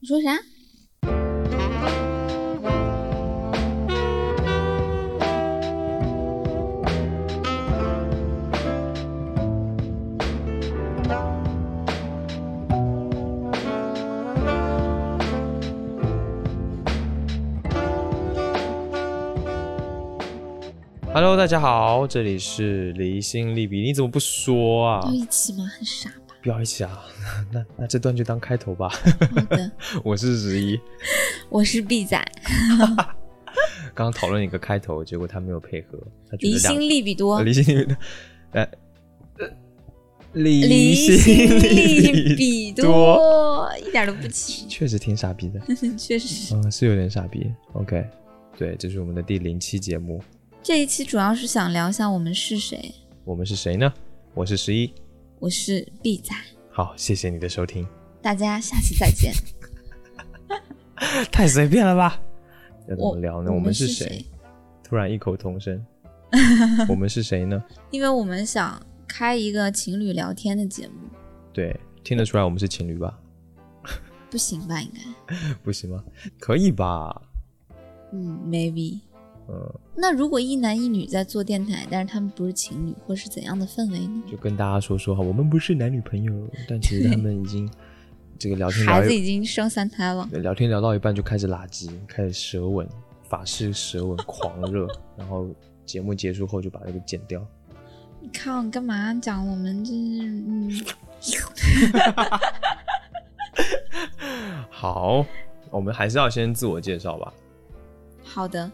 你说啥？啊 Hello，大家好，这里是离心力比，你怎么不说啊要？一起吗？很傻吧？不要一起啊， 那那这段就当开头吧。 好的，我是十一，我是 B 仔，刚刚讨论一个开头，结果他没有配合，他觉得离两心力比多呃，离心力比，呃，离离心力力比多，多，一点都不奇，确实挺傻逼的，确实。嗯，是有点傻逼。OK，对，这是我们的第零期节目，这一期主要是想聊一下我们是谁，我们是谁呢？我是十一，我是 B 仔，好，谢谢你的收听。大家下期再见。太随便了吧？要怎我么聊呢？我我们们是是谁谁？突然异口同声， 我们是谁呢？因为我们想开一个情侣聊天的节目，对，听得出来我们是情侣吧？ 不行吧？应该，不行吗？可以吧？嗯，maybe。嗯，那如果一男一女在做电台，但是他们不是情侣，会是怎样的氛围呢？就跟大家说说哈，我们不是男女朋友，但其实他们已经这个聊天孩聊子一已经生三胎了，聊天聊到一半就开始拉鸡，开始舌吻，法式舌吻狂热，然后节目结束后就把那个剪掉。你看我干嘛讲我们这嗯，好，我们还是要先自我介绍吧。好的，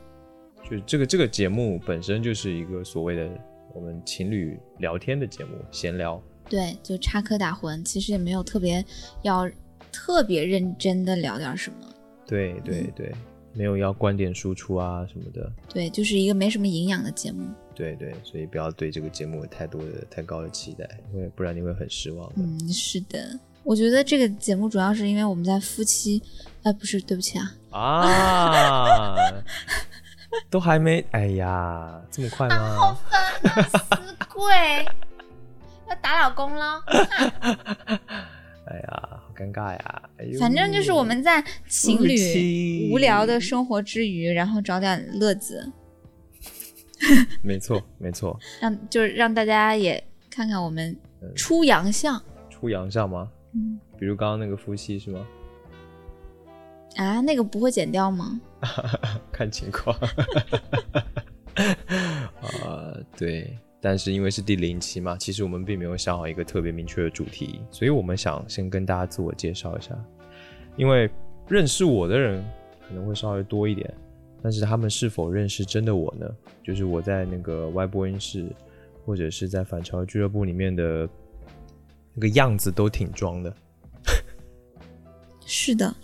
就是这个这个节目本身就是一个所谓的我们情侣聊天的节目，闲聊。对，就插科打诨，其实也没有特别要特别认真的聊点什么，对对嗯对，没有要观点输出啊什么的。对，就是一个没什么营养的节目，对对，所以不要对这个节目有太多的太高的期待，因为不然你会很失望的。嗯，是的，我觉得这个节目主要是因为我们在夫妻，哎，不是，对不起啊，啊，都还没，哎呀，这么快啊吗？死鬼，要打老公了。哎呀，好尴尬呀！哎呦反正就是我们在情夫侣妻无聊的生活之余，然后找点乐子，没错没错，让就是让大家也看看我们嗯出洋相。出洋相吗？嗯比如刚刚那个夫妻是吗？啊，那个不会剪掉吗？看情况。啊、对，但是因为是第零期嘛，其实我们并没有想好一个特别明确的主题，所以我们想先跟大家自我介绍一下，因为认识我的人可能会稍微多一点，但是他们是否认识真的我呢？就是我在那个外播音室，或者是在反潮俱乐部里面的那个样子都挺装的，是的，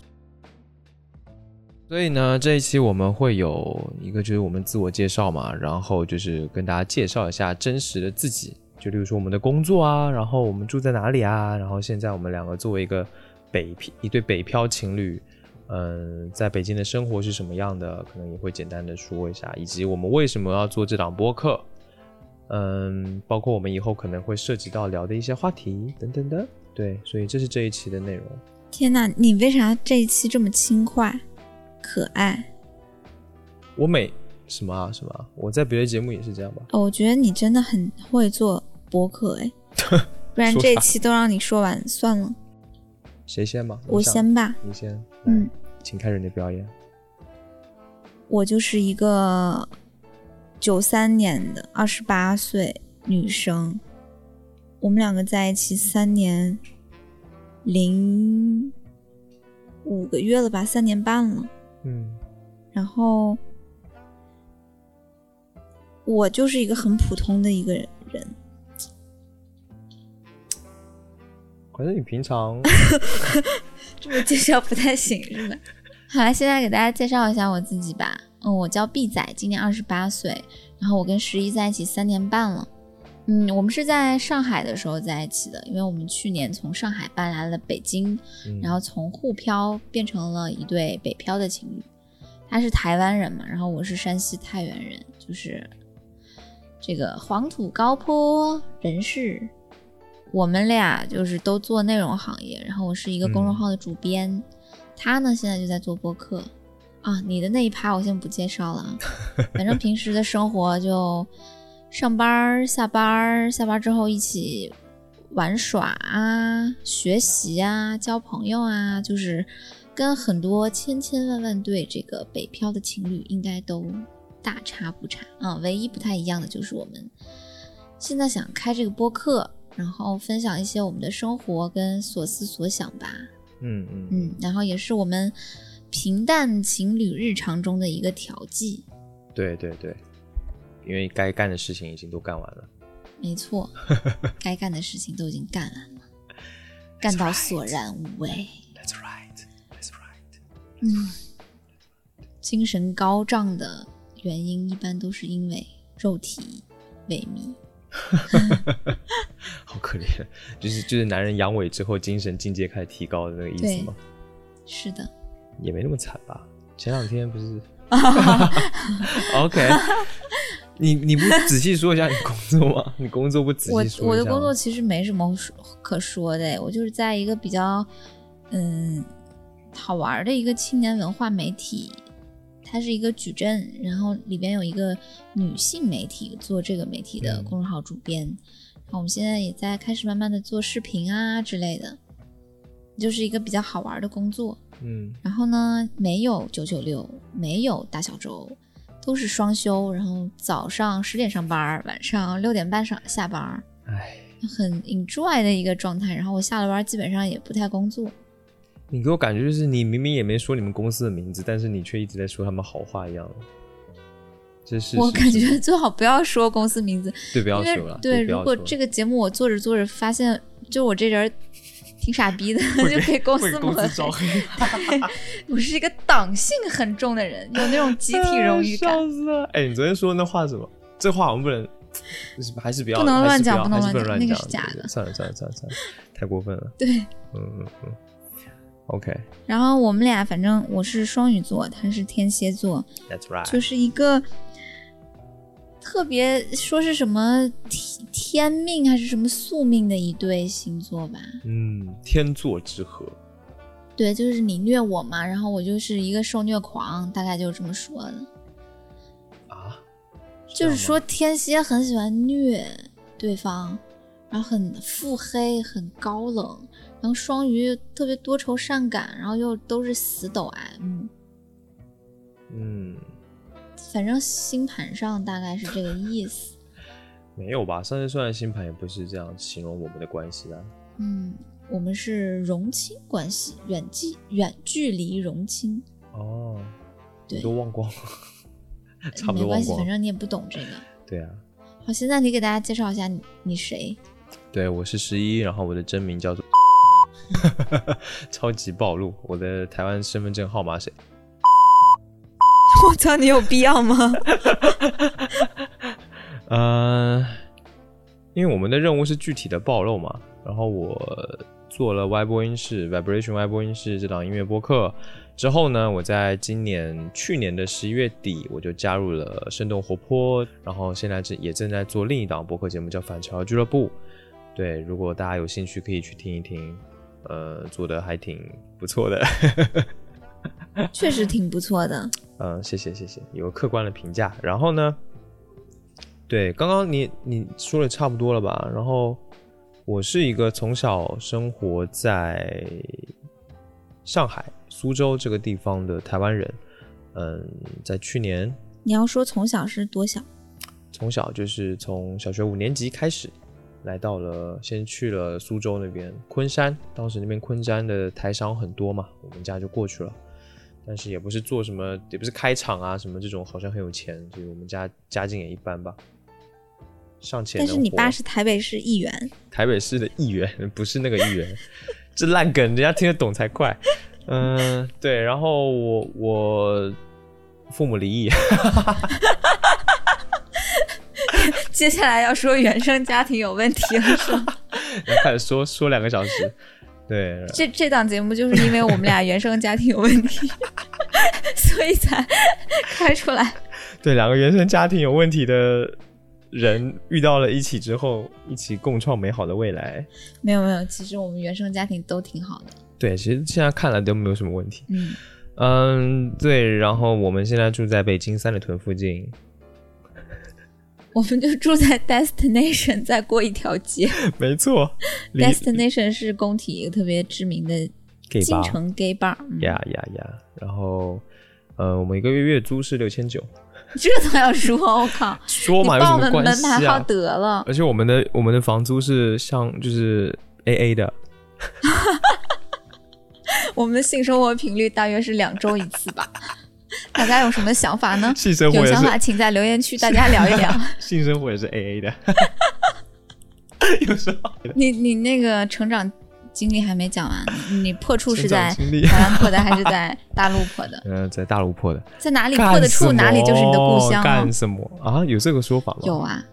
所以呢，这一期我们会有一个就是我们自我介绍嘛，然后就是跟大家介绍一下真实的自己，就例如说我们的工作啊，然后我们住在哪里啊，然后现在我们两个作为一个北漂一对北漂情侣，嗯，在北京的生活是什么样的，可能也会简单的说一下，以及我们为什么要做这档播客，嗯，包括我们以后可能会涉及到聊的一些话题等等的，对，所以这是这一期的内容。天哪，你为啥这一期这么轻快、可爱？我每什么啊什么啊，我在别的节目也是这样吧。哦，我觉得你真的很会做博客 哎，不然说这一啥期都让你说完算了，谁先吗？我你想，先吧。你先。嗯，请开始你的表演。我就是一个九三年的二十八岁女生，我们两个在一起三年零五个月了吧，三年半了。嗯，然后我就是一个很普通的一个人，反正你 平常这么介绍不太行是吧？ 好了，现在给大家介绍一下我自己吧。嗯，我叫 B 仔，今年二十八岁，然后我跟十一在一起三年半了。嗯，我们是在上海的时候在一起的，因为我们去年从上海搬来了北京，嗯然后从沪漂变成了一对北漂的情侣。他是台湾人嘛，然后我是山西太原人，就是这个黄土高坡人士。我们俩就是都做内容行业，然后我是一个公众号的主编，他呢现在就在做播客啊。你的那一趴我先不介绍了啊，反正平时的生活就上班儿、下班儿，下班之后一起玩耍啊、学习啊、交朋友啊，就是跟很多千千万万对这个北漂的情侣应该都大差不差啊。唯一不太一样的就是我们现在想开这个播客。然后分享一些我们的生活跟所思所想吧，嗯嗯，嗯，然后也是我们平淡情侣日常中的一个调剂，对对对，因为该干的事情已经都干完了， 没错，该干的事情都已经干完了，干到索然无味， That's right. That's right. 嗯，精神高涨的原因一般都是因为肉体萎靡，好可怜，就是就是男人阳痿之后精神境界开始提高的那个意思吗？是的，也没那么惨吧？前两天不 是 ？OK，你你不仔细说一下你工作吗？你工作不仔我细说我一的下吗？工作其实没什么说可说的，我就是在一个比较嗯好玩儿的一个青年文化媒体，它是一个矩阵，然后里边有一个女性媒体做这个媒体的嗯公众号主编，然后我们现在也在开始慢慢的做视频啊之类的，就是一个比较好玩儿的工作。嗯然后呢，没有九九六，没有大小周，都是双休，然后早上十点上班儿，晚上六点半上下班儿。哎，很 enjoy 的一个状态。然后我下了班基本上也不太工作，你给我感觉就是你明明也没说你们公司的名字，但是你却一直在说他们好话一样。这 是我是感觉是最好不要说公司名字，对，不因要为说了。对，不要如果说这个节目我做着做着发现，就我这人儿挺傻逼的， 就会给公司会抹黑。黑，我是一个党性很重的人，有那种集体荣誉感。 笑死了。哎，你昨天说的那话是什么？这话我们不能，就是还是不要，不能还是乱讲要不能还是乱乱讲讲，那个是假的对对算了算了算了算了，太过分了。对，嗯嗯嗯。OK，That's 然后我们俩反正我是双鱼座，他是天蝎座，就 right。是一个特别说是什么天天命还是什么宿命的一对星座吧。嗯，天作之合。对，就是你虐我嘛，然后我就是一个受虐狂，大概就是这么说的。啊，这就样是吗说天蝎很喜欢虐对方，然后很腹黑，很高冷，然后双鱼特别多愁善感，然后又都是死抖 M，嗯，反正星盘上大概是这个意思。没有吧？上次算的星盘也不是这样形容我们的关系的、啊。嗯，我们是荣亲关系，远近远距离荣亲，哦，对都忘 光了，差不没多关忘系，光反了。正你也不懂这个。对啊，好，现在你给大家介绍一下你你谁？对，我是十一，然后我的真名叫做， 超级暴露，我的台湾身份证号码是， 我操，你有必要吗？呃，因为我们的任务是具体的暴露嘛，然后我做了 Y 播音室 Vibration Y 播音室这档音乐播客之后呢，我在今年去年的十一月底我就加入了生动活泼，然后现在正也正在做另一档播客节目叫反潮俱乐部，对，如果大家有兴趣可以去听一听，呃，做的还挺不错的。确实挺不错的。嗯，谢谢谢谢，有客观的评价。然后呢，对，刚刚你你说的差不多了吧？然后我是一个从小生活在上海、苏州这个地方的台湾人，嗯，在去年你要说从小是多小？从小就是从小学五年级开始，来到了先去了苏州那边昆山，当时那边昆山的台商很多嘛，我们家就过去了。但是也不是做什么，也不是开厂啊什么这种，好像很有钱，所以我们家家境也一般吧。上前但能是你活爸是台北市议员，台北市的议员， 不是那个议员，这烂梗人家听得懂才怪。嗯、对，然后我我父母离异， 接下来要说原生家庭有问题了，是吗？然后开始说说两个小时，对，这这档节目就是因为我们俩原生家庭有问题， 所以才 开出来。对两个原生家庭有问题的人遇到了一起之后，一起共创美好的未来。没有没有，其实我们原生家庭都挺好的，对，其实现在看来都没有什么问题。嗯，嗯，对。然后我们现在住在北京三里屯附近，我们就住在 destination，再过一条街。 没错，离 destination 是工体一个特别知名的 gay 京 bar 城 gay bar，、嗯、呀呀呀。然后，呃，我们一个月月租是六千九，这都要说，我靠！ 说你嘛有报什我么们关门牌系号啊？得了，而且我们的我们的房租是像就是 A A 的，我们的性生活频率大约是两周一次吧。 大家有什么想法 呢？性生活有也想是法请在留言区大家聊一聊。 性生活也是 A A 的， 有什么你你那个成长经历还没讲完，你你破处是成长在经历台湾破的还是在大陆破 的？嗯，在大陆破的，在哪里破干的什处，哪里就是你的故么乡啊干。什么啊？有这个说法吗？有啊，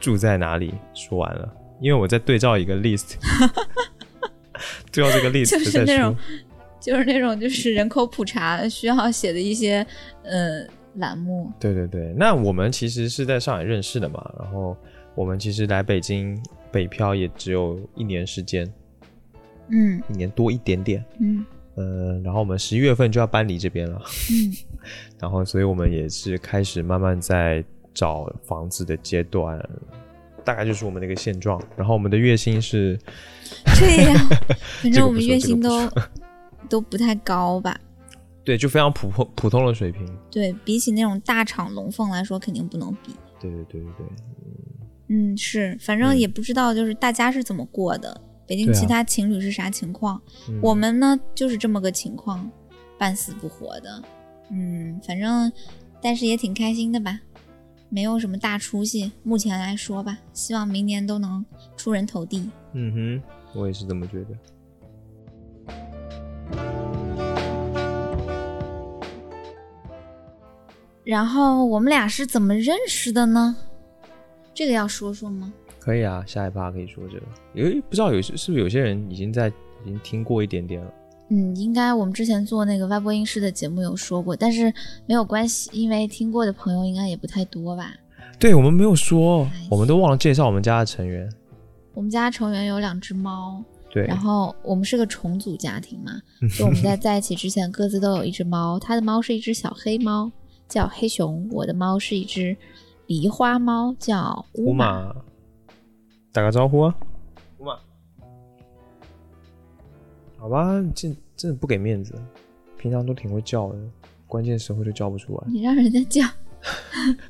住在哪里？说完了，因为我在对照一个 list，对照这个 list 就是在那说种，就是那种就是人口普查需要写的一些呃栏目。对对对。那我们其实是在上海认识的嘛，然后我们其实来北京北漂也只有一年时间，嗯一年多一点点。嗯嗯，然后我们十一月份就要搬离这边了， 嗯然后所以我们也是开始慢慢在找房子的阶段，大概就是我们的一个现状。然后我们的月薪是，这 样，反这个正我不们说月这个薪不都都不太高吧？对，就非常普通普通的水平。对比起那种大厂龙凤来说，肯定不能比。对对对对对，嗯，是，反正嗯也不知道就是大家是怎么过的，北京对啊其他情侣是啥情况，嗯我们呢就是这么个情况，半死不活的。嗯，反正但是也挺开心的吧，没有什么大出息，目前来说吧，希望明年都能出人头地。嗯哼，我也是这么觉得。然后我们俩是怎么认识的呢？这个要说说吗？可以啊，下一趴可以说这个。有不知道有些是不是有些人已经在已经听过一点点了。嗯，应该我们之前做那个歪播音室的节目有说过，但是没有关系，因为听过的朋友应该也不太多吧。对我们没有说哎，我们都忘了介绍我们家的成员。我们家成员有两只猫，对，然后我们是个重组家庭嘛，就我们在在一起之前各自都有一只猫，他的猫是一只小黑猫，叫黑熊；我的猫是一只狸花猫，叫乌乌马。马打个招呼啊，乌马。好吧，这真的不给面子，平常都挺会叫的，关键时候就叫不出来。你让人家叫，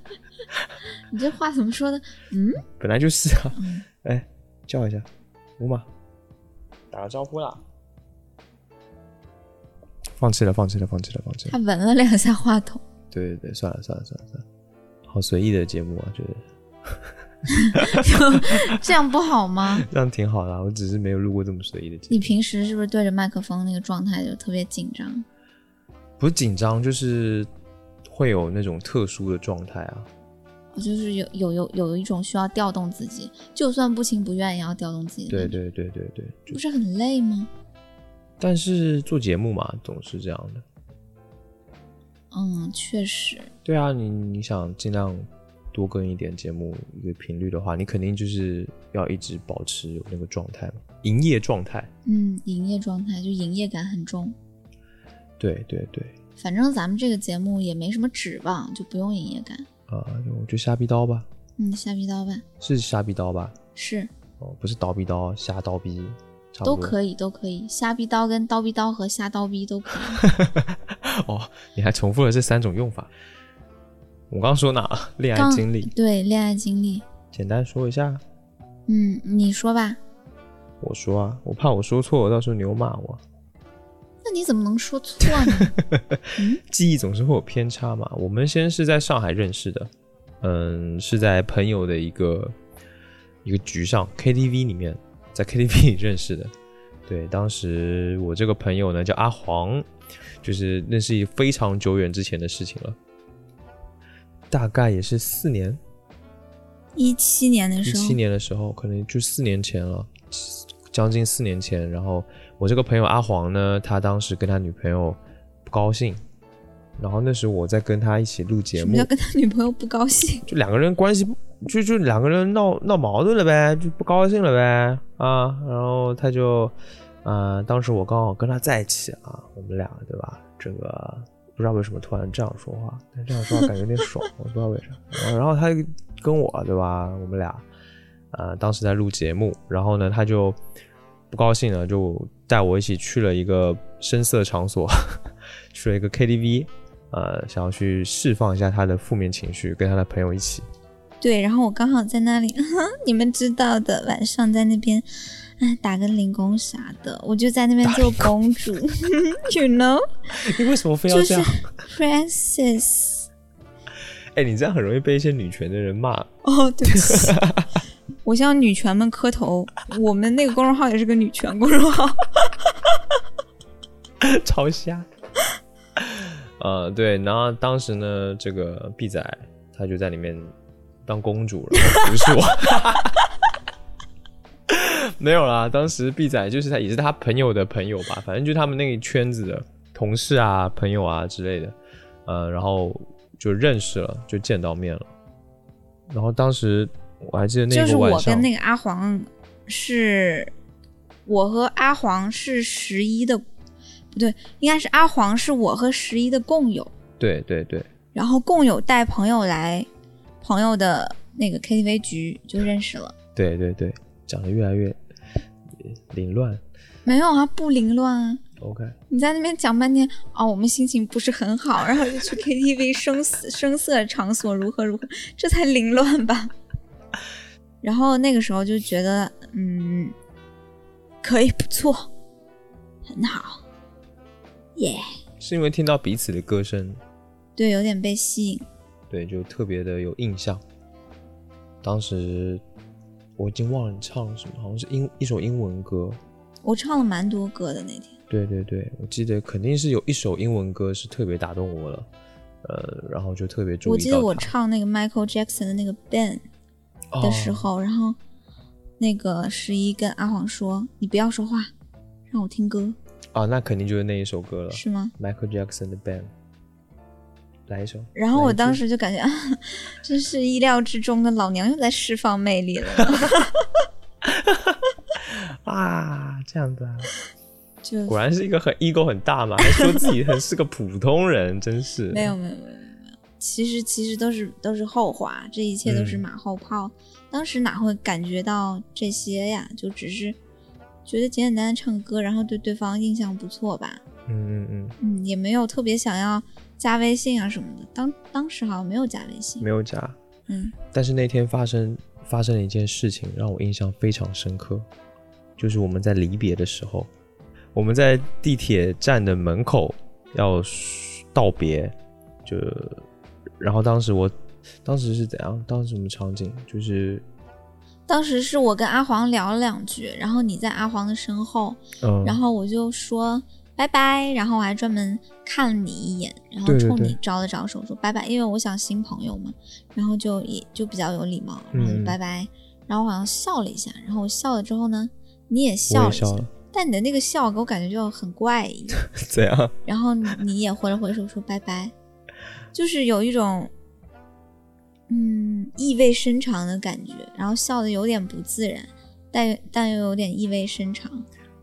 你这话怎么说的？嗯，本来就是啊，哎，叫一下，五马，打个招呼啦。放弃了，放弃了，放弃了，放弃他了。闻了两下话筒。对对对，算了算了算了算了，好随意的节目啊，觉得这样不好吗？这样挺好的啊、我只是没有录过这么随意的节目你，平时是不是对着麦克风那个状态就特别紧张？不是紧张，就是会有那种特殊的状态啊。我就是有有有有一种需要调动自己，就算不情不愿也要调动自己的对感觉，对对对对，就不是很累吗？但是做节目嘛，总是这样的。嗯，确实，对啊，你你想尽量多更一点节目一个频率的话，你肯定就是要一直保持有那个状态嘛，营业状态。嗯，营业状态就营业感很重。对对对，反正咱们这个节目也没什么指望，就不用营业感。啊、我就瞎逼刀吧，嗯，瞎逼刀吧，是瞎逼刀吧？是哦，不是刀逼刀，瞎刀逼，差都不多以。可以，都可以，瞎逼刀跟刀逼刀和瞎刀逼都可以。 哦，你还重复了这三种用法。我刚刚说哪了？恋爱刚经历，对，恋爱经历，简单说一下。嗯，你说吧，我说啊，我怕我说错，到时候你又骂我。那你怎么能说错 呢？记忆总是会有偏差嘛。我们先是在上海认识的，嗯，是在朋友的一个一个局上 KTV 里面，在 KTV 里认识的。对，当时我这个朋友呢叫阿黄，就是那是非常久远之前的事情了，大概也是四年、一七年的一时候七，年的时候，可能就四年前了，将近四年前。然后我这个朋友阿黄呢，他当时跟他女朋友不高兴，然后那时我在跟他一起录节什目么叫，跟他女朋友不高兴？就两个人关系不就就两个人闹闹矛盾了呗，就不高兴了呗啊，然后他就呃，当时我刚好跟他在一起啊，我们俩对吧？这个不知道为什么突然这样说话，但这样说话感觉有点爽，我不知道为啥。然后然后他跟我对吧？我们俩呃，当时在录节目，然后呢，他就不高兴了，就带我一起去了一个声色场所， 去了一个 KTV，呃，想要去释放一下他的负面情绪，跟他的朋友一起。 对，然后我刚好在那里，你们知道的，晚上在那边，哎，打个零工啥的，我就在那边做公主 ，you know， 你为什么非要就这是样？ princess。 哎，你这样很容易被一些女权的人骂。哦，对不起，我向女权们磕头。我们那个公众号也是个女权公众号。朝虾。 呃，对，然后当时呢，这个 B 仔他就在里面当公主 了，不是我。 没有啦，当时 B 仔就是他，也是他朋友的朋友吧，反正就是他们那个圈子的同事啊、朋友啊之类的，呃，然后就认识了，就见到面了。然后当时我还记得那就是个晚我上，跟那个阿黄是，我和阿黄是十一的，不对，应该是阿黄是我和十一的共友，对对对，然后共友带朋友来朋友的那个 KTV 局就认识了。对对对，讲的越来越凌乱。没有啊，不凌乱啊。 OK，你在那边讲半天哦，我们心情不是很好，然后就去 KTV 声色声色场所如何如何，这才凌乱吧。然后那个时候就觉得，嗯，可以不错，很好，耶、是因为听到彼此的歌声，对，有点被吸引。对，就特别的有印象。当时我已经忘了你唱了什么，好像是英一首英文歌。我唱了蛮多歌的那天，对对对，我记得肯定是有一首英文歌是特别打动我了，呃，然后就特别注我意记到得我它唱那个 Michael Jackson 的那个 Ben 的时、哦候，然后那个十一跟阿黄说：“你不要说话，让我听歌，啊，那肯定就是那一首歌了是吗？” ，Michael Jackson 的 Band，来一首。然后来我一句当时就感觉，啊， 真是意料之中的，老娘又在释放魅力了， 啊，这样子啊，就果然是一个很 ego 很大嘛，还说自己很是个普通人，真是 没有没有没有没有没有，其实其实都是都是后话，这一切都是嗯马后炮。当时哪会感觉到这些呀？就只是觉得简简单单唱个歌，然后对对方印象不错吧，嗯嗯嗯，嗯，也没有特别想要加微信啊什么的。当当时好像没有加微信没，有假。嗯，但是那天发生发生了一件事情，让我印象非常深刻，就是我们在离别的时候，我们在地铁站的门口要道别，就然后当时我当时是怎样？当时什么场景？就是当时是我跟阿黄聊了两句，然后你在阿黄的身后。嗯，然后我就说拜拜，然后我还专门看了你一眼，然后对对冲对你招了招手说拜拜，因为我想新朋友嘛，然后就也就比较有礼貌，然后就嗯拜拜，然后我好像笑了一下，然后我笑了之后呢，你也我笑也了一下，笑了，但你的那个笑给我感觉就很怪异， 怎样？然后你你也挥了挥手说拜拜，就是有一种。嗯，意味深长的感觉，然后笑的有点不自然，但但又有点意味深长，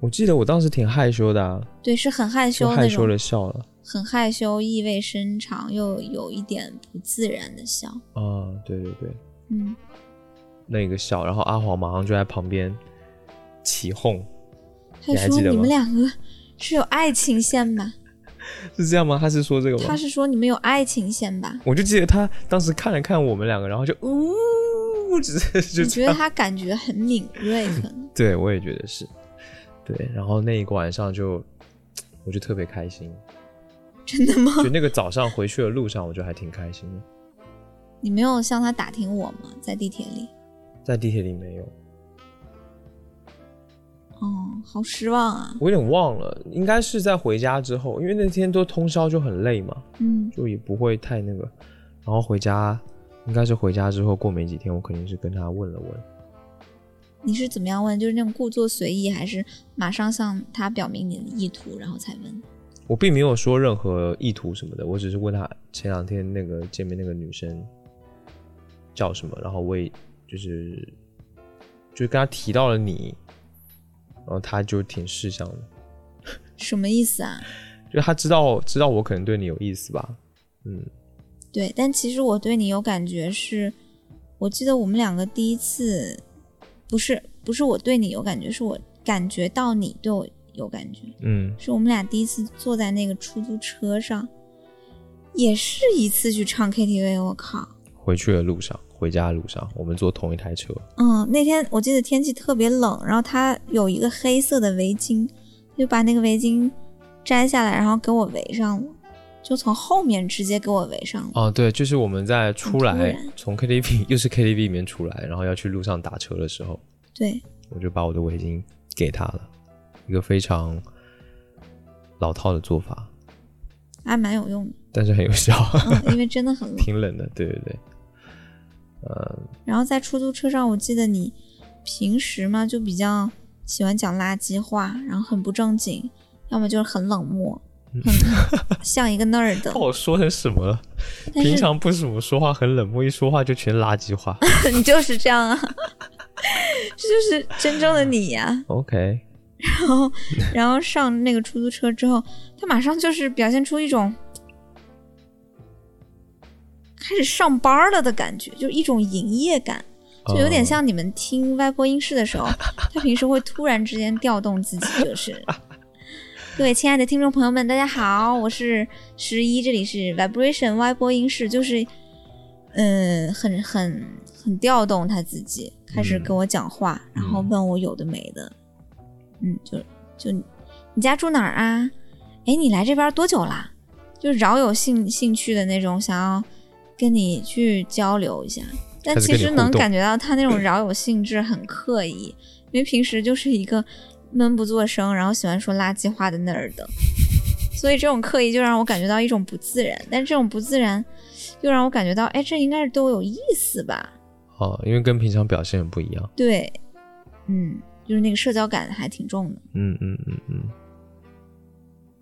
我记得我当时挺害羞的、啊，对，是很害羞就那种。害羞的笑了。很害羞、意味深长又有一点不自然的笑。啊、对对对，嗯，那个笑，然后阿黄马上就在旁边起哄，他你还说记得吗你们两个是有爱情线吧？是这样吗？他是说这个吗？他是说你们有爱情线吧？我就记得他当时看了看我们两个，然后就呜， 只是我就这觉得样。他感觉很敏锐，可能对，我也觉得是。对，然后那一个晚上就，我就特别开心。真的吗？ 就那个早上回去的路上，我就还挺开心的。你没有向他打听我吗？在地铁里？在地铁里没有，哦，好失望啊。我有点忘了，应该是在回家之后，因为那天都通宵就很累嘛，嗯，就也不会太那个。然后回家，应该是回家之后过没几天，我肯定是跟他问了问。你是怎么样问？就是那种故作随意，还是马上向他表明你的意图，然后才问？我并没有说任何意图什么的，我只是问他前两天那个见面那个女生叫什么，然后我也就是就是跟他提到了你，然后他就挺识相的，什么意思啊？就他知道知道我可能对你有意思吧，嗯，对，但其实我对你有感觉是，我记得我们两个第一次，不是不是我对你有感觉，是我感觉到你对我有感觉，嗯，是我们俩第一次坐在那个出租车上，也是一次去唱 KTV，我靠，回去的路上，回家的路上，我们坐同一台车，嗯，那天我记得天气特别冷，然后他有一个黑色的围巾，他就把那个围巾摘下来，然后给我围上了，就从后面直接给我围上了。哦，对，就是我们在出哦突来然从 KTV 又是 KTV 里面出来，然后要去路上打车的时候，对，我就把我的围巾给他了，一个非常老套的做法，还蛮有用的，但是很有效， 嗯，因为真的很冷。挺冷的，对对对，然后在出租车上，我记得你平时嘛就比较喜欢讲垃圾话，然后很不正经，要么就是很冷漠，嗯很像一个 nerd。把我说成什么了？但平是常不怎么说话，很冷漠，一说话就全垃圾话。 你就是这样啊， 这就是真正的你呀、 OK，然后，然后上那个出租车之后，他马上就是表现出一种开始上班了的感觉，就是一种营业感， 就有嗯点像你们听歪播音室的时候，他平时会突然之间调动自己，就是。各位亲爱的听众朋友们，大家好，我是十一，这里是 Vibration 歪播音室，就是，嗯，很很很调动他自己，开始嗯跟我讲话，然后嗯问我有的没的，嗯，就就你你家住哪儿啊？哎，你来这边多久啦？就饶有兴兴趣的那种，想要跟你去交流一下。但开始其跟你实互能动嗯感觉到他那种饶有兴致很刻意，因为平时就是一个闷不作声，然后喜欢说垃圾话的那儿的，所以这种刻意就让我感觉到一种不自然。但这种不自然又让我感觉到，哎，这应该是对我有意思吧？哦，因为跟平常表现很不一样。对，嗯，就是那个社交感还挺重的。嗯嗯嗯嗯，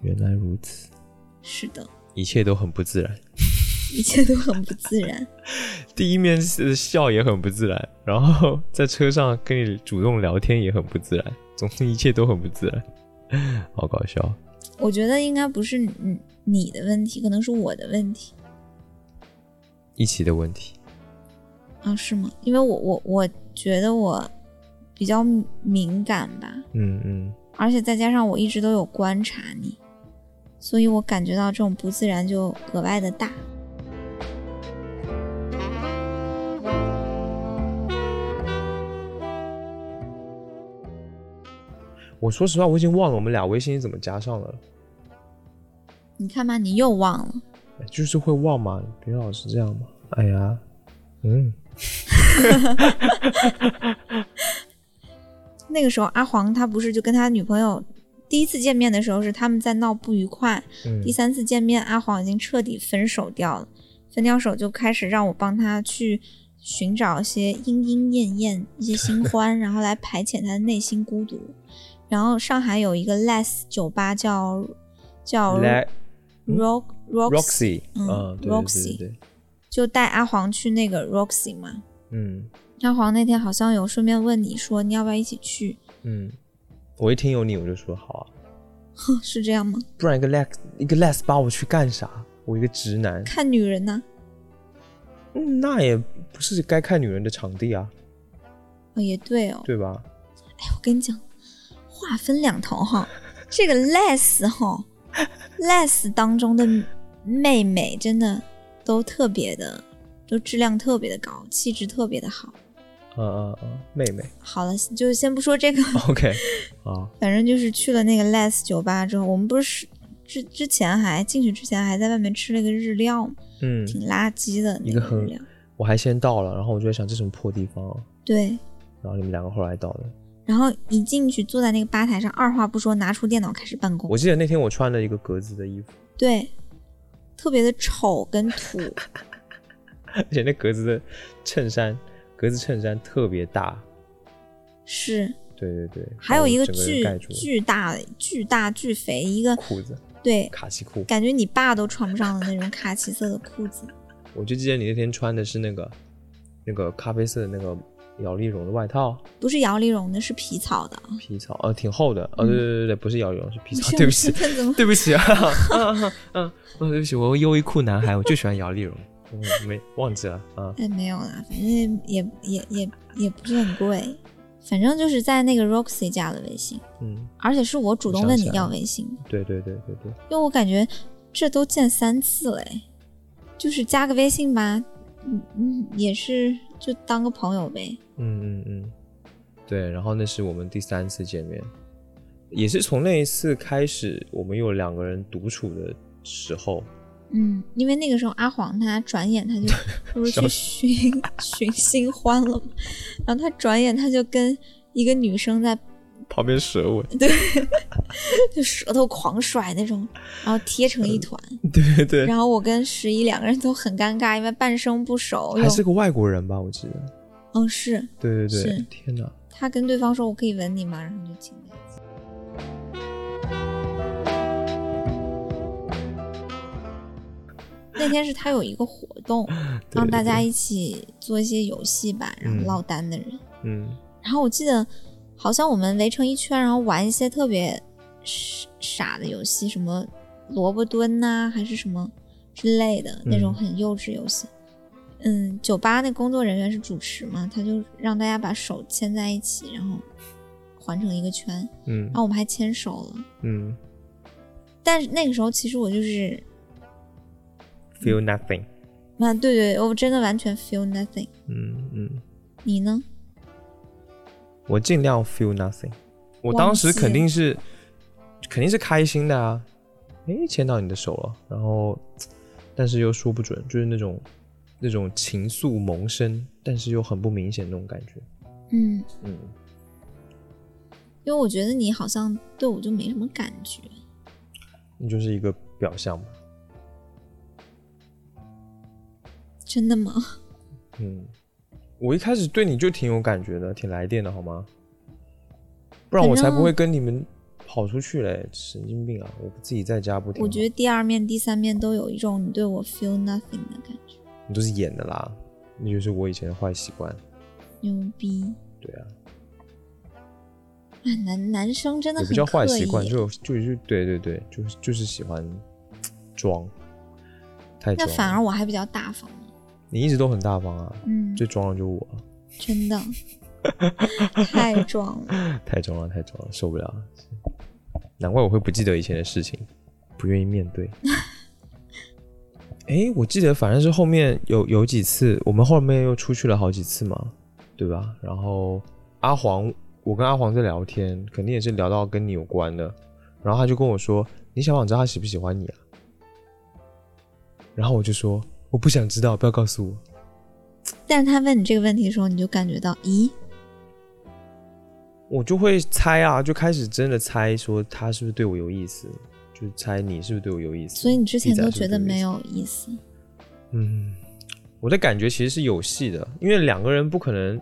原来如此，是的，一切都很不自然。一切都很不自然。第一面是笑也很不自然，然后在车上跟你主动聊天也很不自然，总之一切都很不自然， 好搞笑。我觉得应该不是你你的问题，可能是我的问题一起的问题，啊？是吗？因为我我我觉得我比较敏感吧，嗯嗯，而且再加上我一直都有观察你，所以我感觉到这种不自然就格外的大。我说实话，我已经忘了我们俩微信是怎么加上了，你看吧，你又忘了，哎就是会忘嘛，别老是这样嘛。哎呀，嗯，那个时候阿黄他不是就跟他女朋友第一次见面的时候是他们在闹不愉快，嗯第三次见面，阿黄已经彻底分手掉了。分掉手就开始让我帮他去寻找一些莺莺燕燕、一些新欢，然后来排遣他的内心孤独。然后上海有一个 Less 酒吧叫叫来 Rock Roxy， Roxy，嗯啊对对对对 Roxy 对，就带阿黄去那个 Roxy 嘛。嗯阿黄那天好像有顺便问你说你要不要一起去， 嗯，我一听有你我就说好啊，是这样吗？不然一个 Lex 一个 Lex 把我去干啥？我一个直男，看女人呢、嗯，那也不是该看女人的场地啊，哦，也对哦。对吧？我跟你讲，话分两头哈，这个 less 哈 less 当中的妹妹真的都特别的，都质量特别的高，气质特别的好。嗯嗯嗯，妹妹好了，就先不说这个， ，OK，啊，反正就是去了那个 less 酒吧之后，我们不是之之前还进去之前还在外面吃了一个日料嘛，嗯，挺垃圾的一那个个日很料。我还先到了，然后我就在想这什么破地方、啊，对，然后你们两个后来到的。然后一进去坐在那个吧台上，二话不说拿出电脑开始办公。我记得那天我穿了一个格子的衣服，对，特别的丑跟土。而且那格子的衬衫，格子衬衫特别大，是，对对对，还有一个个整人巨盖住了巨大、巨大、巨肥，一个裤子，对，卡其裤。感觉你爸都穿不上的那种卡其色的裤子。我就记得你那天穿的是那个那个咖啡色的那个摇粒绒的外套，不是摇粒绒的，是皮草的。皮草，呃，挺厚的，呃，嗯对对对对，不是摇粒绒，是 皮草，是对不起，是怎么 对不 起啊，嗯嗯嗯，嗯对不起，我优衣库男孩，我就喜欢摇粒绒， 嗯没忘记了啊，哎，没有啦，反正也也也也不是很贵，反正就是在那个 Roxy 加的微信，嗯，而且是我主动我想问起你来要了微信，对对对对对，因为我感觉这都见三次了，哎，就是加个微信吧，嗯嗯，也是就当个朋友呗。嗯嗯嗯，对，然后那是我们第三次见面，也是从那一次开始，我们有两个人独处的时候，嗯，因为那个时候阿黄他转眼他就 不是去笑寻 寻新欢了嘛，然后他转眼他就跟一个女生在旁边蛇尾，就舌头狂甩那种，然后贴成一团。对嗯对对，然后我跟十一两个人都很尴尬，因为半生不熟。还又是个外国人吧，我记得，嗯，是对对对是，天哪，他跟对方说我可以吻你吗？然后就亲了一次。那天是他有一个活动，对让大家，对一起做一些游戏吧，然后嗯落单的人。嗯然后我记得好像我们围成一圈，然后玩一些特别傻傻的游戏，什么萝卜蹲呐、还是什么之类的那种嗯很幼稚游戏。嗯，酒吧那工作人员是主持嘛，他就让大家把手牵在一起，然后环成一个圈，嗯然后我们还牵手了。嗯但是那个时候，其实我就是， ，feel nothing，啊，对对，我真的完全 feel nothing。嗯嗯。你呢？我尽量 feel nothing。我忘当时记肯了定是肯定是开心的啊，诶，牵到你的手了，然后但是又说不准，就是那种那种情愫萌生，但是又很不明显那种感觉。嗯，嗯，因为我觉得你好像对我就没什么感觉。那就是一个表象嘛。真的吗？嗯，我一开始对你就挺有感觉的，挺来电的好吗？不然反我才正不会跟你们跑出去嘞，神经病啊！我自己在家不挺好？我觉得第二面、第三面都有一种你对我 feel nothing 的感觉，你都是演的啦，那就是我以前的坏习惯。牛逼！对啊。啊，男男生真的也很不叫坏习刻惯，意就就就对对对，就是就是喜欢装，太那装了。反而我还比较大方，你一直都很大方啊，嗯，最装的就是我啊，真 的太装了。太装了，太装了，受不了了。难怪我会不记得以前的事情，不愿意面对。哎，我记得反正是后面有有几次，我们后面又出去了好几次嘛，对吧？然后阿黄，我跟阿黄在聊天，肯定也是聊到跟你有关的。然后他就跟我说：“你想不想知道他喜不喜欢你啊？”然后我就说：“我不想知道，不要告诉我。但是他问你这个问题的时候，你就感觉到，咦，”我就会猜啊，就开始真的猜说他是不是对我有意思，就猜你是不是对我有意思。所以你之前弟仔都是不觉是得对我没有意有意思，思。嗯，我的感觉其实是有戏的，因为两个人不可能，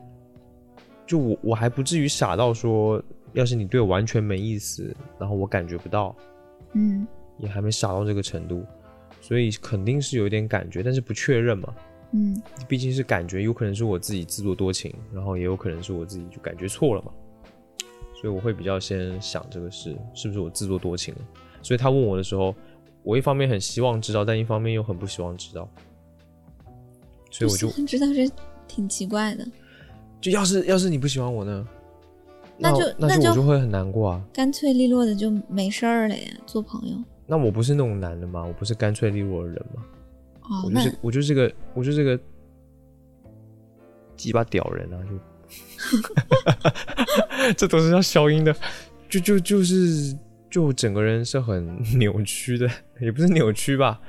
就我我还不至于傻到说，要是你对我完全没意思，然后我感觉不到，嗯也还没傻到这个程度，所以肯定是有一点感觉，但是不确认嘛。嗯毕竟是感觉，有可能是我自己自作多情，然后也有可能是我自己就感觉错了嘛，所以我会比较先想这个事是不是我自作多情了。所以他问我的时候，我一方面很希望知道，但一方面又很不希望知道，所以我就不知道这挺奇怪的，就要是要是你不喜欢我呢，那就那那就我就会很难过啊。干脆利落的就没事儿了呀，做朋友。那我不是那种男的嘛，我不是干脆利落的人嘛，哦我，就那是我就是个我就是个鸡巴屌人啊！ 就这都是要消音的，就就就是就整个人是很 扭曲的，也不是扭曲吧？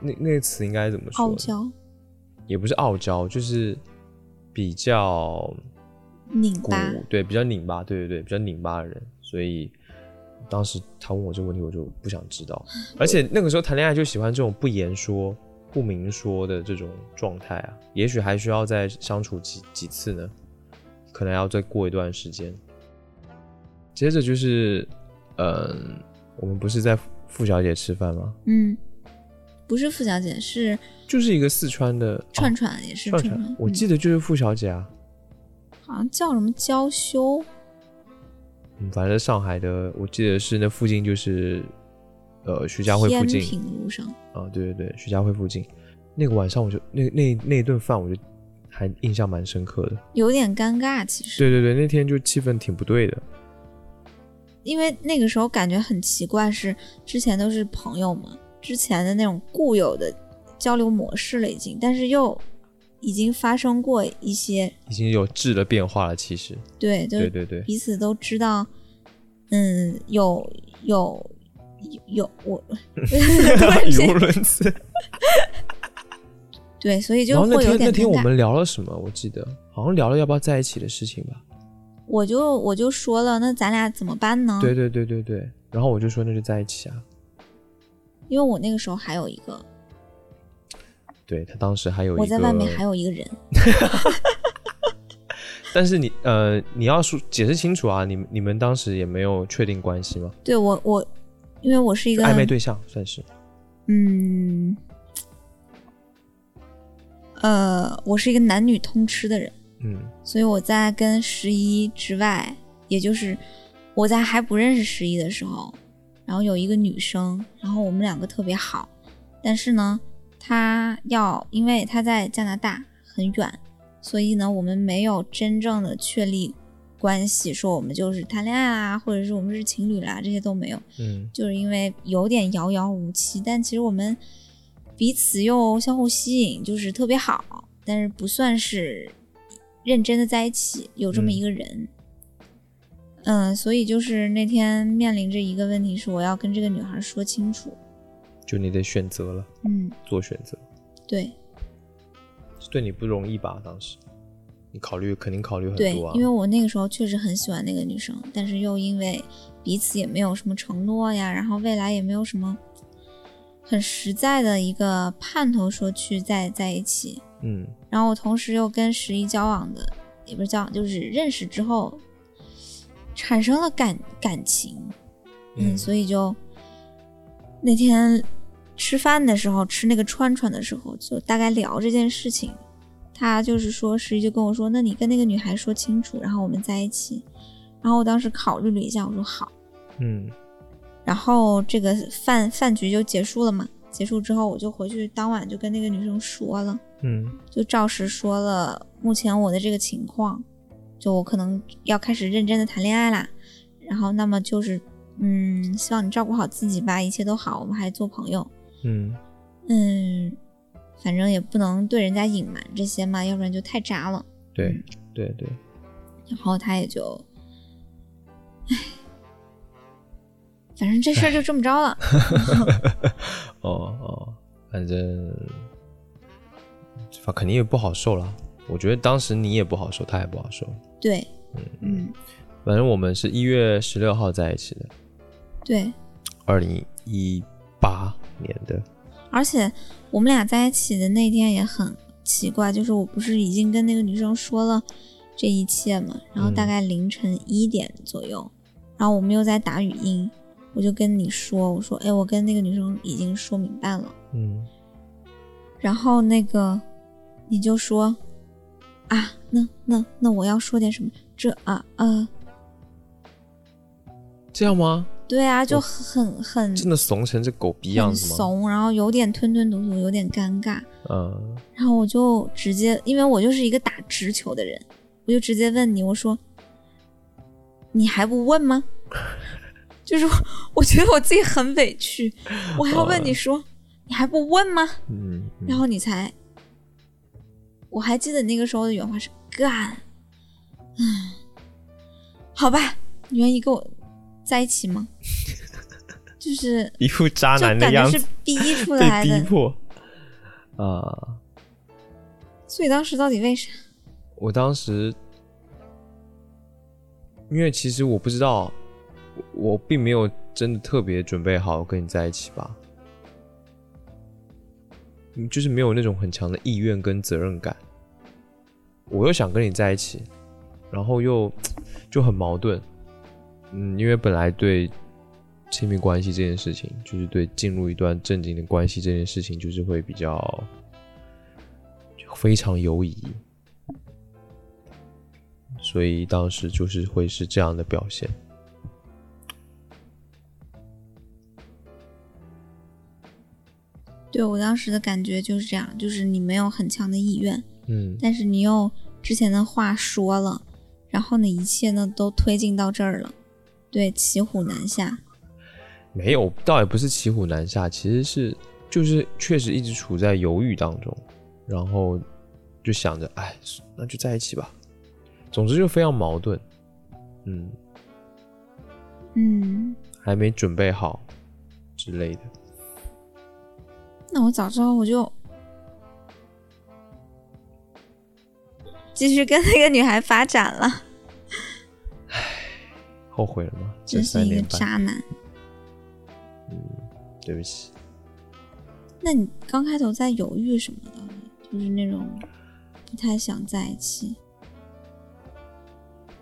那那个词应该怎么说？傲娇、也不是傲娇，就是比较拧古巴，对，比较拧巴，对对对，比较拧巴的人，所以。当时他问我这个问题，我就不想知 道。而且那个时候谈恋爱就喜欢这种不言说、不明说的这种状态啊，也许还需要再相处几几次呢，可能要再过一段时间。接着就是，嗯，我们不是在付付小姐吃饭吗？嗯，不是付小姐，是就是一个四川的串哦串也是串串我嗯记得就是付小姐啊，好像叫什么娇羞，嗯反正上海的，我记得是那附近就是，呃，徐家汇附天近，平路上，啊，对对对，徐家汇附近。那个晚上我就那那那一顿饭我就还印象蛮深刻的。有点尴尬其实。对对对，那天就气氛挺不对的。因为那个时候感觉很奇怪，是之前都是朋友嘛，之前的那种固有的交流模式了已经，但是又已经发生过一些，已经有质的变化了，其实，对，就对是对对，彼此都知道，嗯，有有有有我， 语无伦 次。对，所以然就后那会有天点那尴天我尬。们聊了什么？我记得好像聊了要不要在一起的事情嗯吧。我就我就说了，那咱俩怎么办呢？对对对对对。然后我就说那就在一起啊。因为我那个时候还有一个，对他当时还有一个，我在外面还有一个人，但是你呃你要说解释清楚啊，你们你们当时也没有确定关系吗？对我我，因为我是一就个暧昧对象算是。嗯，呃，我是一个男女通吃的人，嗯所以我在跟十一之外，也就是我在还不认识十一的时候，然后有一个女生，然后我们两个特别好，但是呢，她要因为她在加拿大很远，所以呢，我们没有真正的确立关系，说我们就是谈恋爱啊，或者是我们是情侣啦，这些都没有。嗯就是因为有点遥遥无期，但其实我们彼此又相互吸引，就是特别好，但是不算是认真的在一起，有这么嗯一个人。嗯、所以就是那天面临着一个问题，是我要跟这个女孩说清楚。就你得选择了，嗯，做选择。对对你不容易吧？当时你考虑肯定考虑很对多啊，，因为我那个时候确实很喜欢那个女生，但是又因为彼此也没有什么承诺呀，然后未来也没有什么很实在的一个盼头，说去再在一起。嗯然后我同时又跟十一交往的，也不是交往，就是认识之后，产生了感感情，嗯，所以就那天吃饭的时候，吃那个串串的时候，就大概聊这件事情。他就是说，十一就跟我说，那你跟那个女孩说清楚，然后我们在一起。然后我当时考虑了一下，我说好。嗯然后这个饭饭局就结束了嘛。结束之后，我就回去，当晚就跟那个女生说了。嗯就照实说了目前我的这个情况，就我可能要开始认真的谈恋爱啦。然后，那么就是，嗯，希望你照顾好自己吧，一切都好，我们还做朋友。嗯嗯，反正也不能对人家隐瞒这些嘛，要不然就太渣了。对对对，然后他也就，唉，反正这事儿就这么着了。哦哦，反正反肯定也不好受了。我觉得当时你也不好受，他也不好受。对，嗯，反正我们是一月十六号在一起的，对，二零一八年的。而且我们俩在一起的那天也很奇怪，就是我不是已经跟那个女生说了这一切嘛，然后大概嗯凌晨一点左右，然后我们又在打语音，我就跟你说，我说，哎，我跟那个女生已经说明白了，嗯，然后那个你就说，啊，那那那我要说点什么？这啊呃，这样吗？对啊，就很很真的怂成这狗逼样很子吗？怂，然后有点吞吞吐吐，有点尴尬。嗯然后我就直接，因为我就是一个打直球的人，我就直接问你，我说：“你还不问吗？” 就是我我觉得我自己很委屈，我还要问你说：“你还不问吗嗯，？”然后你才，我还记得那个时候的原话是“干”，嗯，好吧，你愿意跟我在一起吗？就是一副渣就男感的觉样是子，逼出被来的逼，迫啊。所以当时到底为啥？我当时，因为其实我不知道，我我并没有真的特别准备好跟你在一起吧，嗯就是没有那种很强的意愿跟责任感。我又想跟你在一起，然后又就很矛盾，嗯，因为本来对亲密关系这件事情，就是对进入一段正经的关系这件事情，就是会比较就非常犹疑。所以当时就是会是这样的表现。对我当时的感觉就是这样，就是你没有很强的意愿，嗯，但是你又之前的话说了，然后呢，一切呢都推进到这儿了，对，骑虎难下。没有，倒也不是骑虎难下，其实是就是确实一直处在犹豫当中，然后就想着，哎，那就在一起吧。总之就非常矛盾，嗯，嗯，还没准备好之类的。那我早知道我就继续跟那个女孩发展了，后悔了吗？这真是三一个年半，渣男。对不起，那你刚开头在犹豫什么的，就是那种不太想在一起。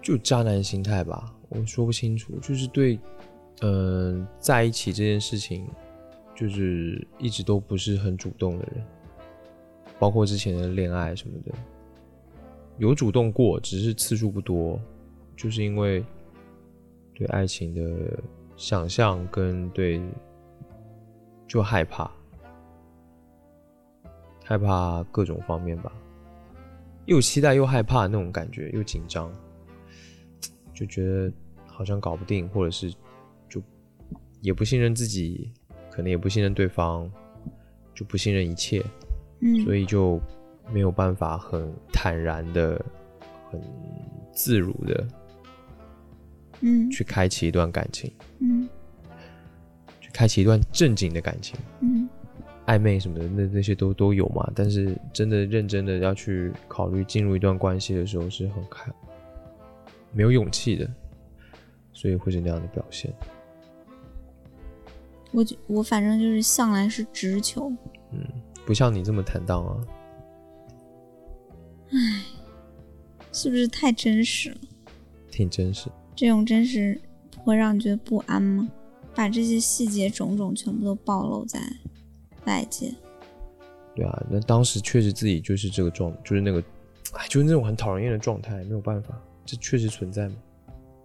就渣男心态吧，我说不清楚，就是对，嗯、在一起这件事情，就是一直都不是很主动的人，包括之前的恋爱什么的，有主动过，只是次数不多，就是因为对爱情的想象跟对就害怕，害怕各种方面吧，又期待又害怕那种感觉，又紧张。就觉得好像搞不定，或者是就也不信任自己，可能也不信任对方，就不信任一切，嗯，所以就没有办法很坦然的、很自如的嗯去开启一段感情，嗯去开启一段正经的感情，嗯暧昧什么的，那那些都都有嘛。但是真的认真的要去考虑进入一段关系的时候，是很看没有勇气的，所以会是那样的表现。我就我反正就是向来是直球，不像你这么坦荡啊。是不是太真实了？挺真实。这种真实不会让你觉得不安吗？把这些细节种种全部都暴露在外界，对啊，那当时确实自己就是这个状，就是那个，哎，就是那种很讨人厌的状态，没有办法，这确实存在嘛。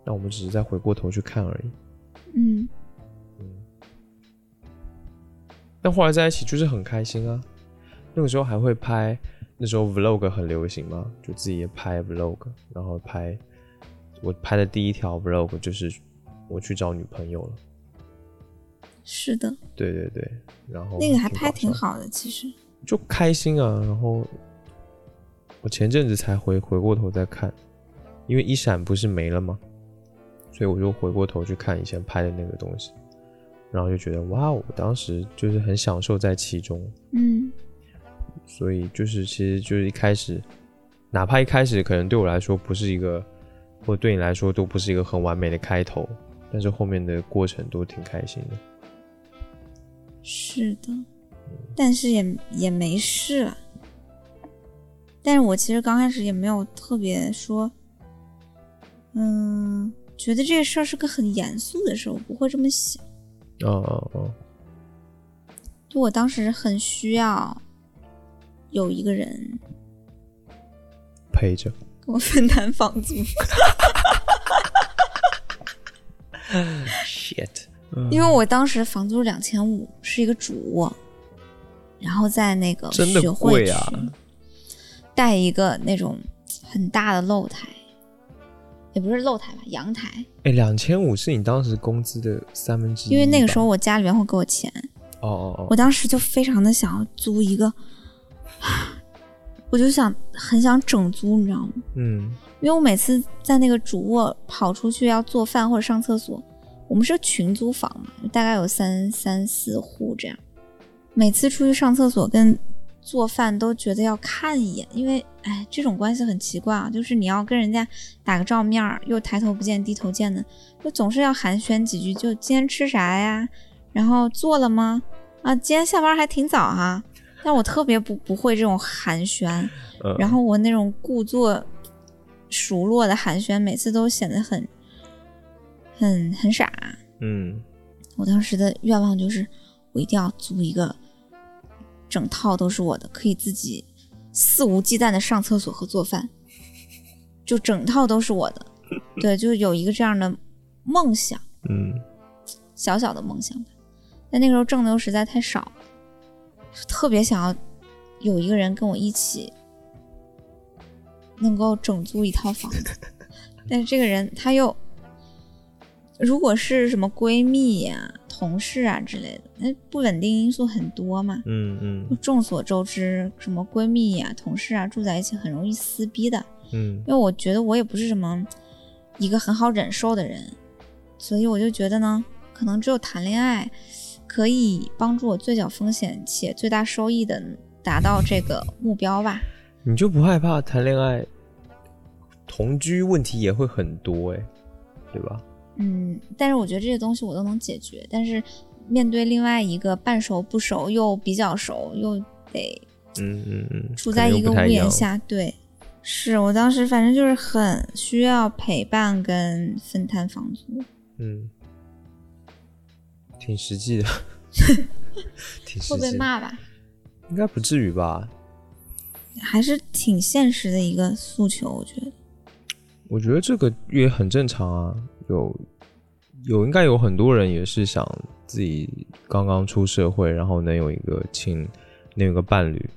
那我们只是再回过头去看而已。嗯，但后来在一起就是很开心啊，那个时候还会拍，那时候 vlog 很流行嘛，就自己也拍 vlog，然后拍我拍的第一条 vlog 就是我去找女朋友了。是的，对对对，然后那个还拍挺好。好的，其实，就开心啊。然后我前阵子才回回过头再看，因为一闪不是没了吗？所以我就回过头去看以前拍的那个东西，然后就觉得哇哦，我当时就是很享受在其中。嗯所以就是其实就是一开始，哪怕一开始可能对我来说不是一个，或对你来说都不是一个很完美的开头，但是后面的过程都挺开心的。是的，但是也也没事了。但是我其实刚开始也没有特别说，嗯，觉得这个事儿是个很严肃的事儿，我不会这么想。哦哦哦，就我当时很需要有一个人陪着。跟我分担房租，嗯 Shit，因为我当时房租两千五，是一个主卧，然后在那个真的学会贵区啊带一个那种很大的露台，也不是露台吧，阳台，哎，两千五是你当时工资的三分之一吧，因为那个时候我家里面会给我钱，哦哦我哦，当时就非常的想要租一个， 我就想很想整租，你知道吗？嗯，因为我每次在那个主卧跑出去要做饭或者上厕所，我们是群租房嘛，大概有三三四户这样。每次出去上厕所跟做饭都觉得要看一眼，因为哎，这种关系很奇怪啊，就是你要跟人家打个照面儿，又抬头不见低头见的，就总是要寒暄几句，就今天吃啥呀？然后做了吗？啊，今天下班还挺早啊。但我特别不不会这种寒暄，呃然后我那种故作熟络的寒暄，每次都显得很、很、很傻。嗯，我当时的愿望就是，我一定要租一个整套都是我的，可以自己肆无忌惮的上厕所和做饭， 就整套都是我的。对，就有一个这样的梦想，嗯，小小的梦想吧。但那个时候挣的又实在太少，就特别想要有一个人跟我一起，能够整租一套房子。 但是这个人他又，如果是什么闺蜜呀、同事啊之类的，那不稳定因素很多嘛。嗯嗯众所周知，什么闺蜜呀、同事啊，住在一起很容易撕逼的。嗯因为我觉得我也不是什么一个很好忍受的人，所以我就觉得呢，可能只有谈恋爱可以帮助我最小风险且最大收益的达到这个目标吧。你就不害怕谈恋爱，同居问题也会很多哎、对吧？嗯，但是我觉得这些东西我都能解决，但是面对另外一个半熟不熟又比较熟又得嗯嗯嗯，处在可能又一个不屋太檐样，下，对，是我当时反正就是很需要陪伴跟分摊房租，嗯，挺 实际的，挺实会被际的，骂吧？应该不至于吧？还是挺现实的一个诉求，我觉得。我觉得这个也很正常啊，有有应该有很多人也是想自己刚刚出社会，然后能有一个亲，能有一个伴侣，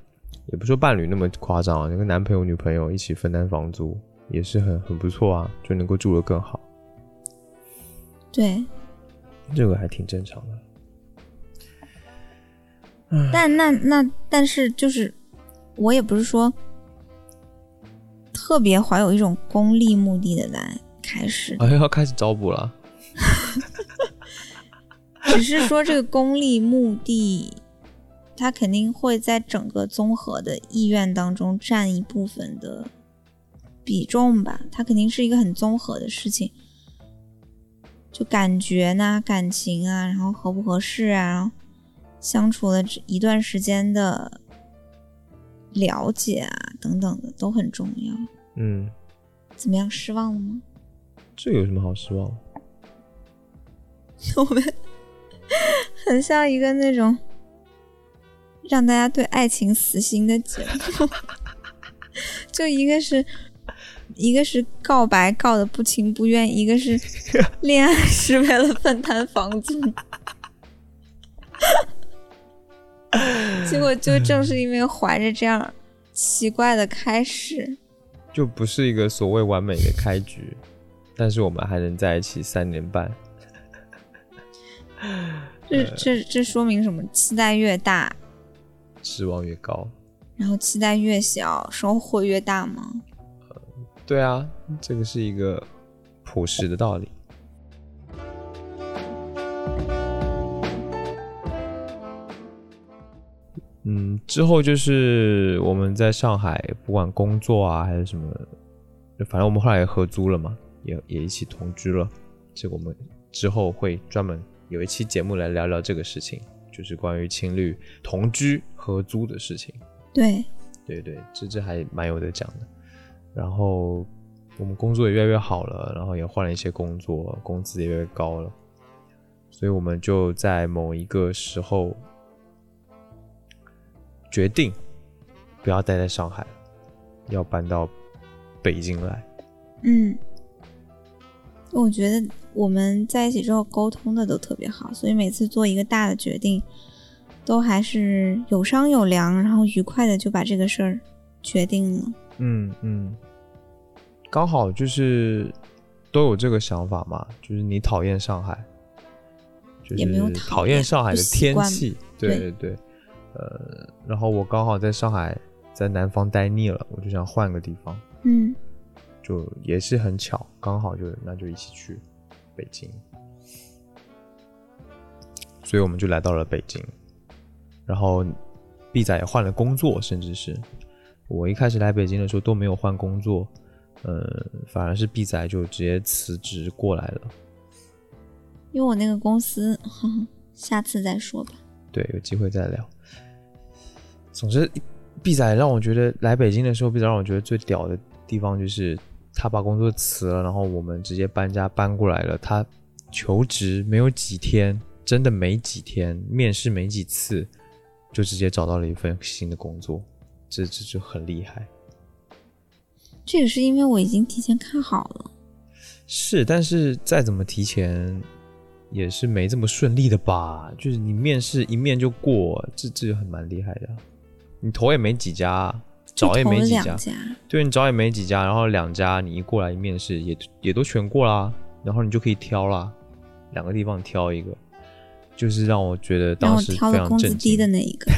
也不说伴侣那么夸张啊，能跟男朋友、女朋友一起分担房租，也是很很不错啊，就能够住得更好，对，这个还挺正常的。但那那但是就是，我也不是说特别怀有一种功利目的的来开始，哎，要开始招补了，只是说这个功利目的，它肯定会在整个综合的意愿当中占一部分的比重吧。它肯定是一个很综合的事情，就感觉呐、感情啊，然后合不合适啊，相处了这一段时间的了解啊，等等的都很重要。嗯，怎么样？失望了吗？这有什么好失望？我们很像一个那种让大家对爱情死心的节目， 就一个是一个是告白告的不情不愿，一个是恋爱是为了分摊房租。结果就正是因为怀着这样奇怪的开始，就不是一个所谓完美的开局，但是我们还能在一起三年半。这这这说明什么？期待越大，失望越高。然后期待越小，收获越大吗？对啊，这个是一个朴实的道理。嗯，之后就是我们在上海，不管工作啊还是什么，反正我们后来也合租了嘛，也也一起同居了。这个我们之后会专门有一期节目来聊聊这个事情，就是关于情侣同居合租的事情。对，对对，这这还蛮有的讲的。然后我们工作也越来越好了，然后也换了一些工作，工资也越来越高了，所以我们就在某一个时候决定不要待在上海了，要搬到北京来。嗯，我觉得我们在一起之后沟通的都特别好，所以每次做一个大的决定，都还是有商有量，然后愉快的就把这个事儿决定了。嗯嗯，刚好就是都有这个想法嘛，就是你讨厌上海，就是也没有讨讨厌厌上海不的习天惯气，对对对，呃，然后我刚好在上海在南方待腻了，我就想换个地方，嗯，就也是很巧，刚好就那就一起去北京，所以我们就来到了北京，然后 B 仔也换了工作，甚至是我一开始来北京的时候都没有换工作，呃，反而是 B 仔就直接辞职过来了。因为我那个公司，呵呵下次再说吧。对，有机会再聊。总之，B 仔让我觉得来北京的时候，B 仔让我觉得最屌的地方就是他把工作辞了，然后我们直接搬家搬过来了。他求职没有几天，真的没几天，面试没几次，就直接找到了一份新的工作，这这就很厉害。这个是因为我已经提前看好了。是，但是再怎么提前，也是没这么顺利的吧？就是你面试一面就过，这这就很蛮厉害的。啊你投也没几家，找也没就几投了家两，家，对你找也没几家，然后两家你一过来一面试也也都全过啦，然后你就可以挑啦，两个地方挑一个，就是让我觉得让当我时挑非了常工资震低的惊。那一 个。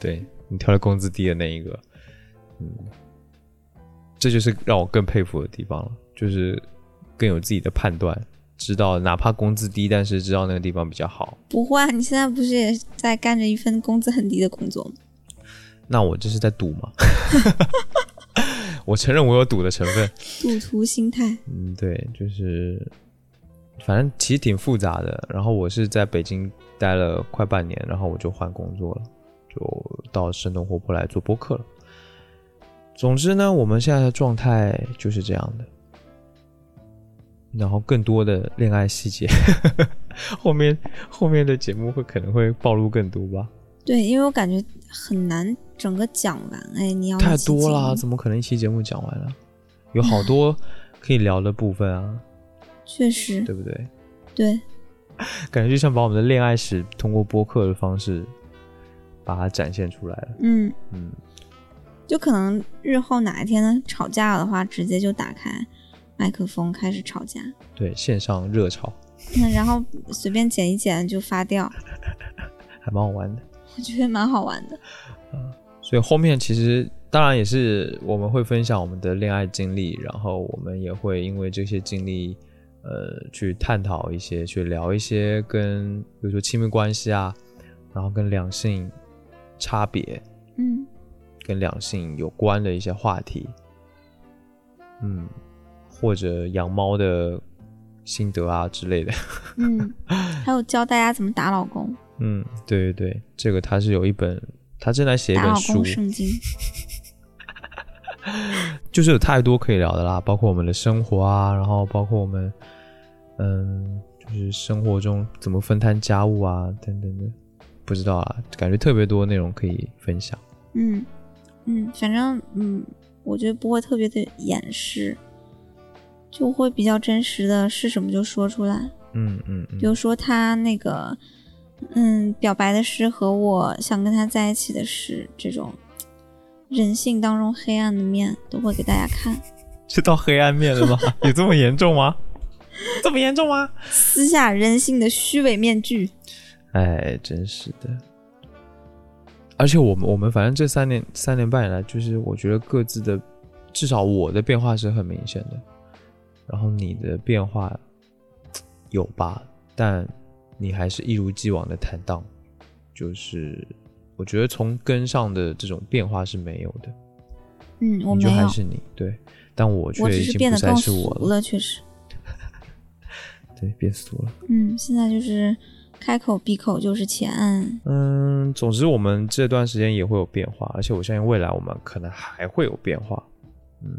对你挑了工资低的那一个，嗯，这就是让我更佩服的地方了，就是更有自己的判断，知道哪怕工资低，但是知道那个地方比较好。不会啊，你现在不是也在干着一份工资很低的工作吗？那我这是在赌吗？ 我承认我有赌的成分。赌徒心态，嗯，对，就是反正其实挺复杂的。然后我是在北京待了快半年，然后我就换工作了，就到生动活泼来做播客了。总之呢，我们现在的状态就是这样的。然后更多的恋爱细节， 后面后面的节目会可能会暴露更多吧。对，因为我感觉很难整个讲完。哎，你要太一起多了，讲怎么可能一期节目讲完了？有好多可以聊的部分啊，确实对不对？对，感觉就像把我们的恋爱史通过播客的方式把它展现出来了。嗯，嗯，就可能日后哪一天吵架了的话，直接就打开麦克风开始吵架，对，线上热潮那然后随便剪一剪就发掉，还蛮好玩的。我觉得蛮好玩的。所以后面其实当然也是我们会分享我们的恋爱经历，然后我们也会因为这些经历，呃，去探讨一些，去聊一些跟比如说亲密关系啊，然后跟两性差别，嗯，跟两性有关的一些话题，嗯，或者养猫的心得啊之类的。 嗯，还有教大家怎么打老公，嗯，对对对，这个他是有一本，他正在写一打本老书公，圣经。就是有太多可以聊的啦，包括我们的生活啊，然后包括我们，嗯，就是生活中怎么分摊家务啊，等等的，不知道啊，感觉特别多内容可以分享。嗯嗯，反正嗯，我觉得不会特别的掩饰，就会比较真实的是什么就说出来。嗯嗯比如嗯，说他那个，嗯，表白的事和我想跟他在一起的事，这种人性当中黑暗的面都会给大家看。这到黑暗面了吗？ 有这么严重吗？ 这么严重吗？撕下人性的虚伪面具。哎，真是的。而且我们我们反正这三年三年半以来，就是我觉得各自的，至少我的变化是很明显的，然后你的变化嘖有吧，但你还是一如既往的坦荡，就是我觉得从根上的这种变化是没有的，嗯，我你没就还有，是你对，但我却我只已是经变不得再更是俗我了，了，确实。对，变俗了。嗯，现在就是开口闭口就是钱。嗯，总之我们这段时间也会有变化，而且我相信未来我们可能还会有变化。嗯，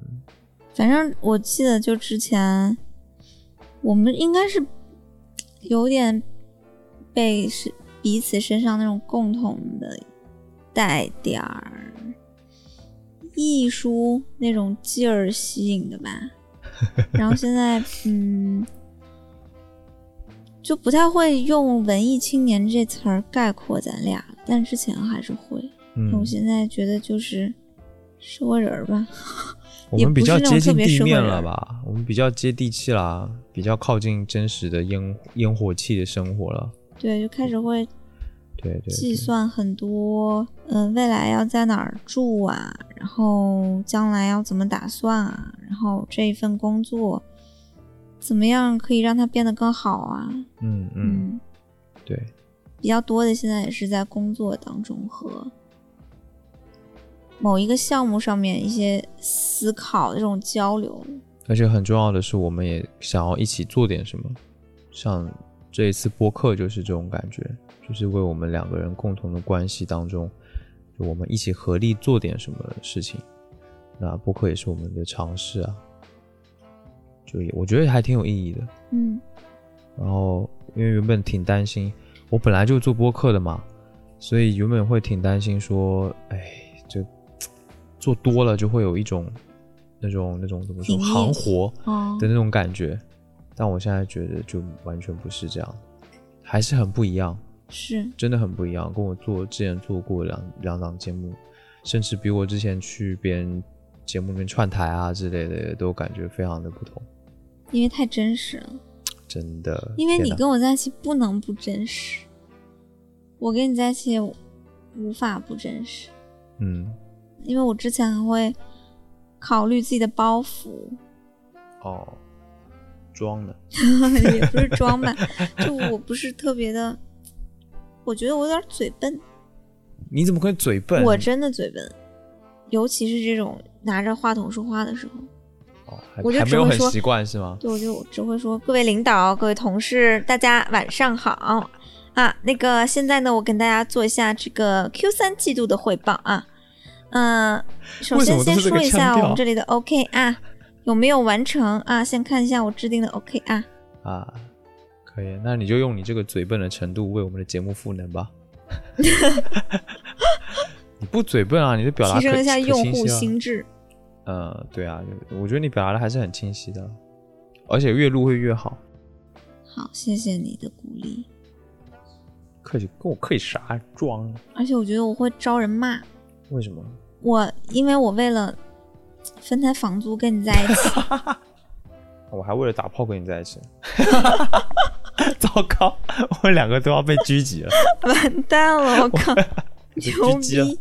反正我记得就之前，我们应该是有点被是彼此身上那种共同的带点儿艺术那种劲儿吸引的吧。然后现在，嗯，就不太会用“文艺青年”这词儿概括咱俩，但之前还是会。嗯但我现在觉得就是是个人儿吧。 我也们比不是较那种接特近别地社会面人了儿吧？我们比较接地气啦，比较靠近真实的烟烟火气的生活了。对，就开始会对对计对，算很多，嗯、未来要在哪儿住啊，然后将来要怎么打算啊，然后这一份工作怎么样可以让它变得更好啊？嗯嗯，对，比较多的现在也是在工作当中和某一个项目上面一些思考的这种交流。而且很重要的是，我们也想要一起做点什么，像这一次播客就是这种感觉，就是为我们两个人共同的关系当中，就我们一起合力做点什么事情。那播客也是我们的尝试啊，就也我觉得还挺有意义的。嗯然后因为原本挺担心，我本来就做播客的嘛，所以原本会挺担心说，哎，这做多了就会有一种那种那种怎么体说面行活哦的那种感觉，但我现在觉得就完全不是这样，还是很不一样。是真的很不一样，跟我做之前做过两两档节目，甚至比我之前去别人节目里面串台啊之类的，都感觉非常的不同，因为太真实了。真的。因为你天哪跟我在一起不能不真实，我跟你在一起也无法不真实，嗯因为我之前还会考虑自己的包袱， 哦，装的，也不是装吧，就我不是特别的，我觉得我有点嘴笨，你怎么可以嘴笨？我真的嘴笨，尤其是这种拿着话筒说话的时候，哦还我就还只没有会很说习惯是吗？对，我就只会说各位领导、各位同事，大家晚上好啊。那个现在呢，我跟大家做一下这个 Q 三季度的汇报啊。嗯、首为什先么都先是这个说一下腔调我们这里的 OK 啊，有没有完成啊？先看一下我制定的 OK 啊。啊，可以，那你就用你这个嘴笨的程度为我们的节目赋能 吧。你不嘴笨啊，你的表达提升可一下可用清户晰啊心智，呃，对啊，我觉得你表达的还是很清晰的，而且越录会越好。好，谢谢你的鼓励。客气，跟我客气啥装？而啊且我觉得我会招人骂，为什么？我因为我为了分摊房租跟你在一起， 我还为了打炮跟你在一起。糟糕，我们两个都要被狙击 了。完蛋了，我 靠，牛狙击了逼！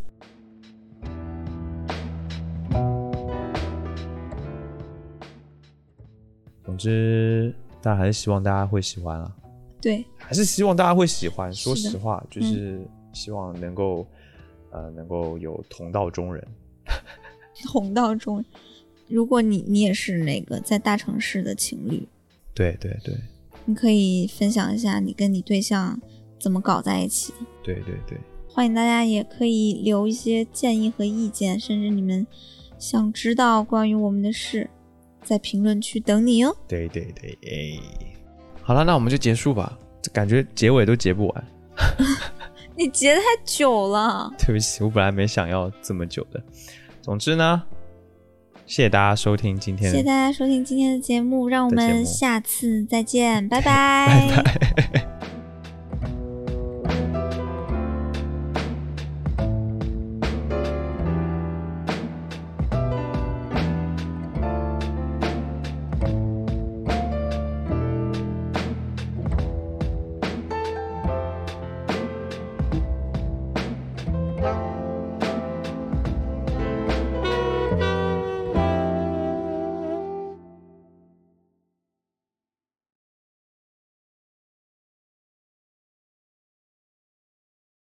总之，但还是希望大家会喜欢啊，对，还是希望大家会喜欢。是说的嗯实话，就是希望能够，呃，能够有同道中人。红到中。如果你你也是那个在大城市的情侣，对对对你可以分享一下你跟你对象怎么搞在一起的。对对对，欢迎大家也可以留一些建议和意见，甚至你们想知道关于我们的事，在评论区等你哟。对对对，哎，好了，那我们就结束吧。这感觉结尾都结不完， 你截太久了，对不起，我本来没想要这么久的。总之呢，谢谢大家收听今谢天谢的，大家收听今天的节目，让我的节目 们下次再见，拜拜拜拜。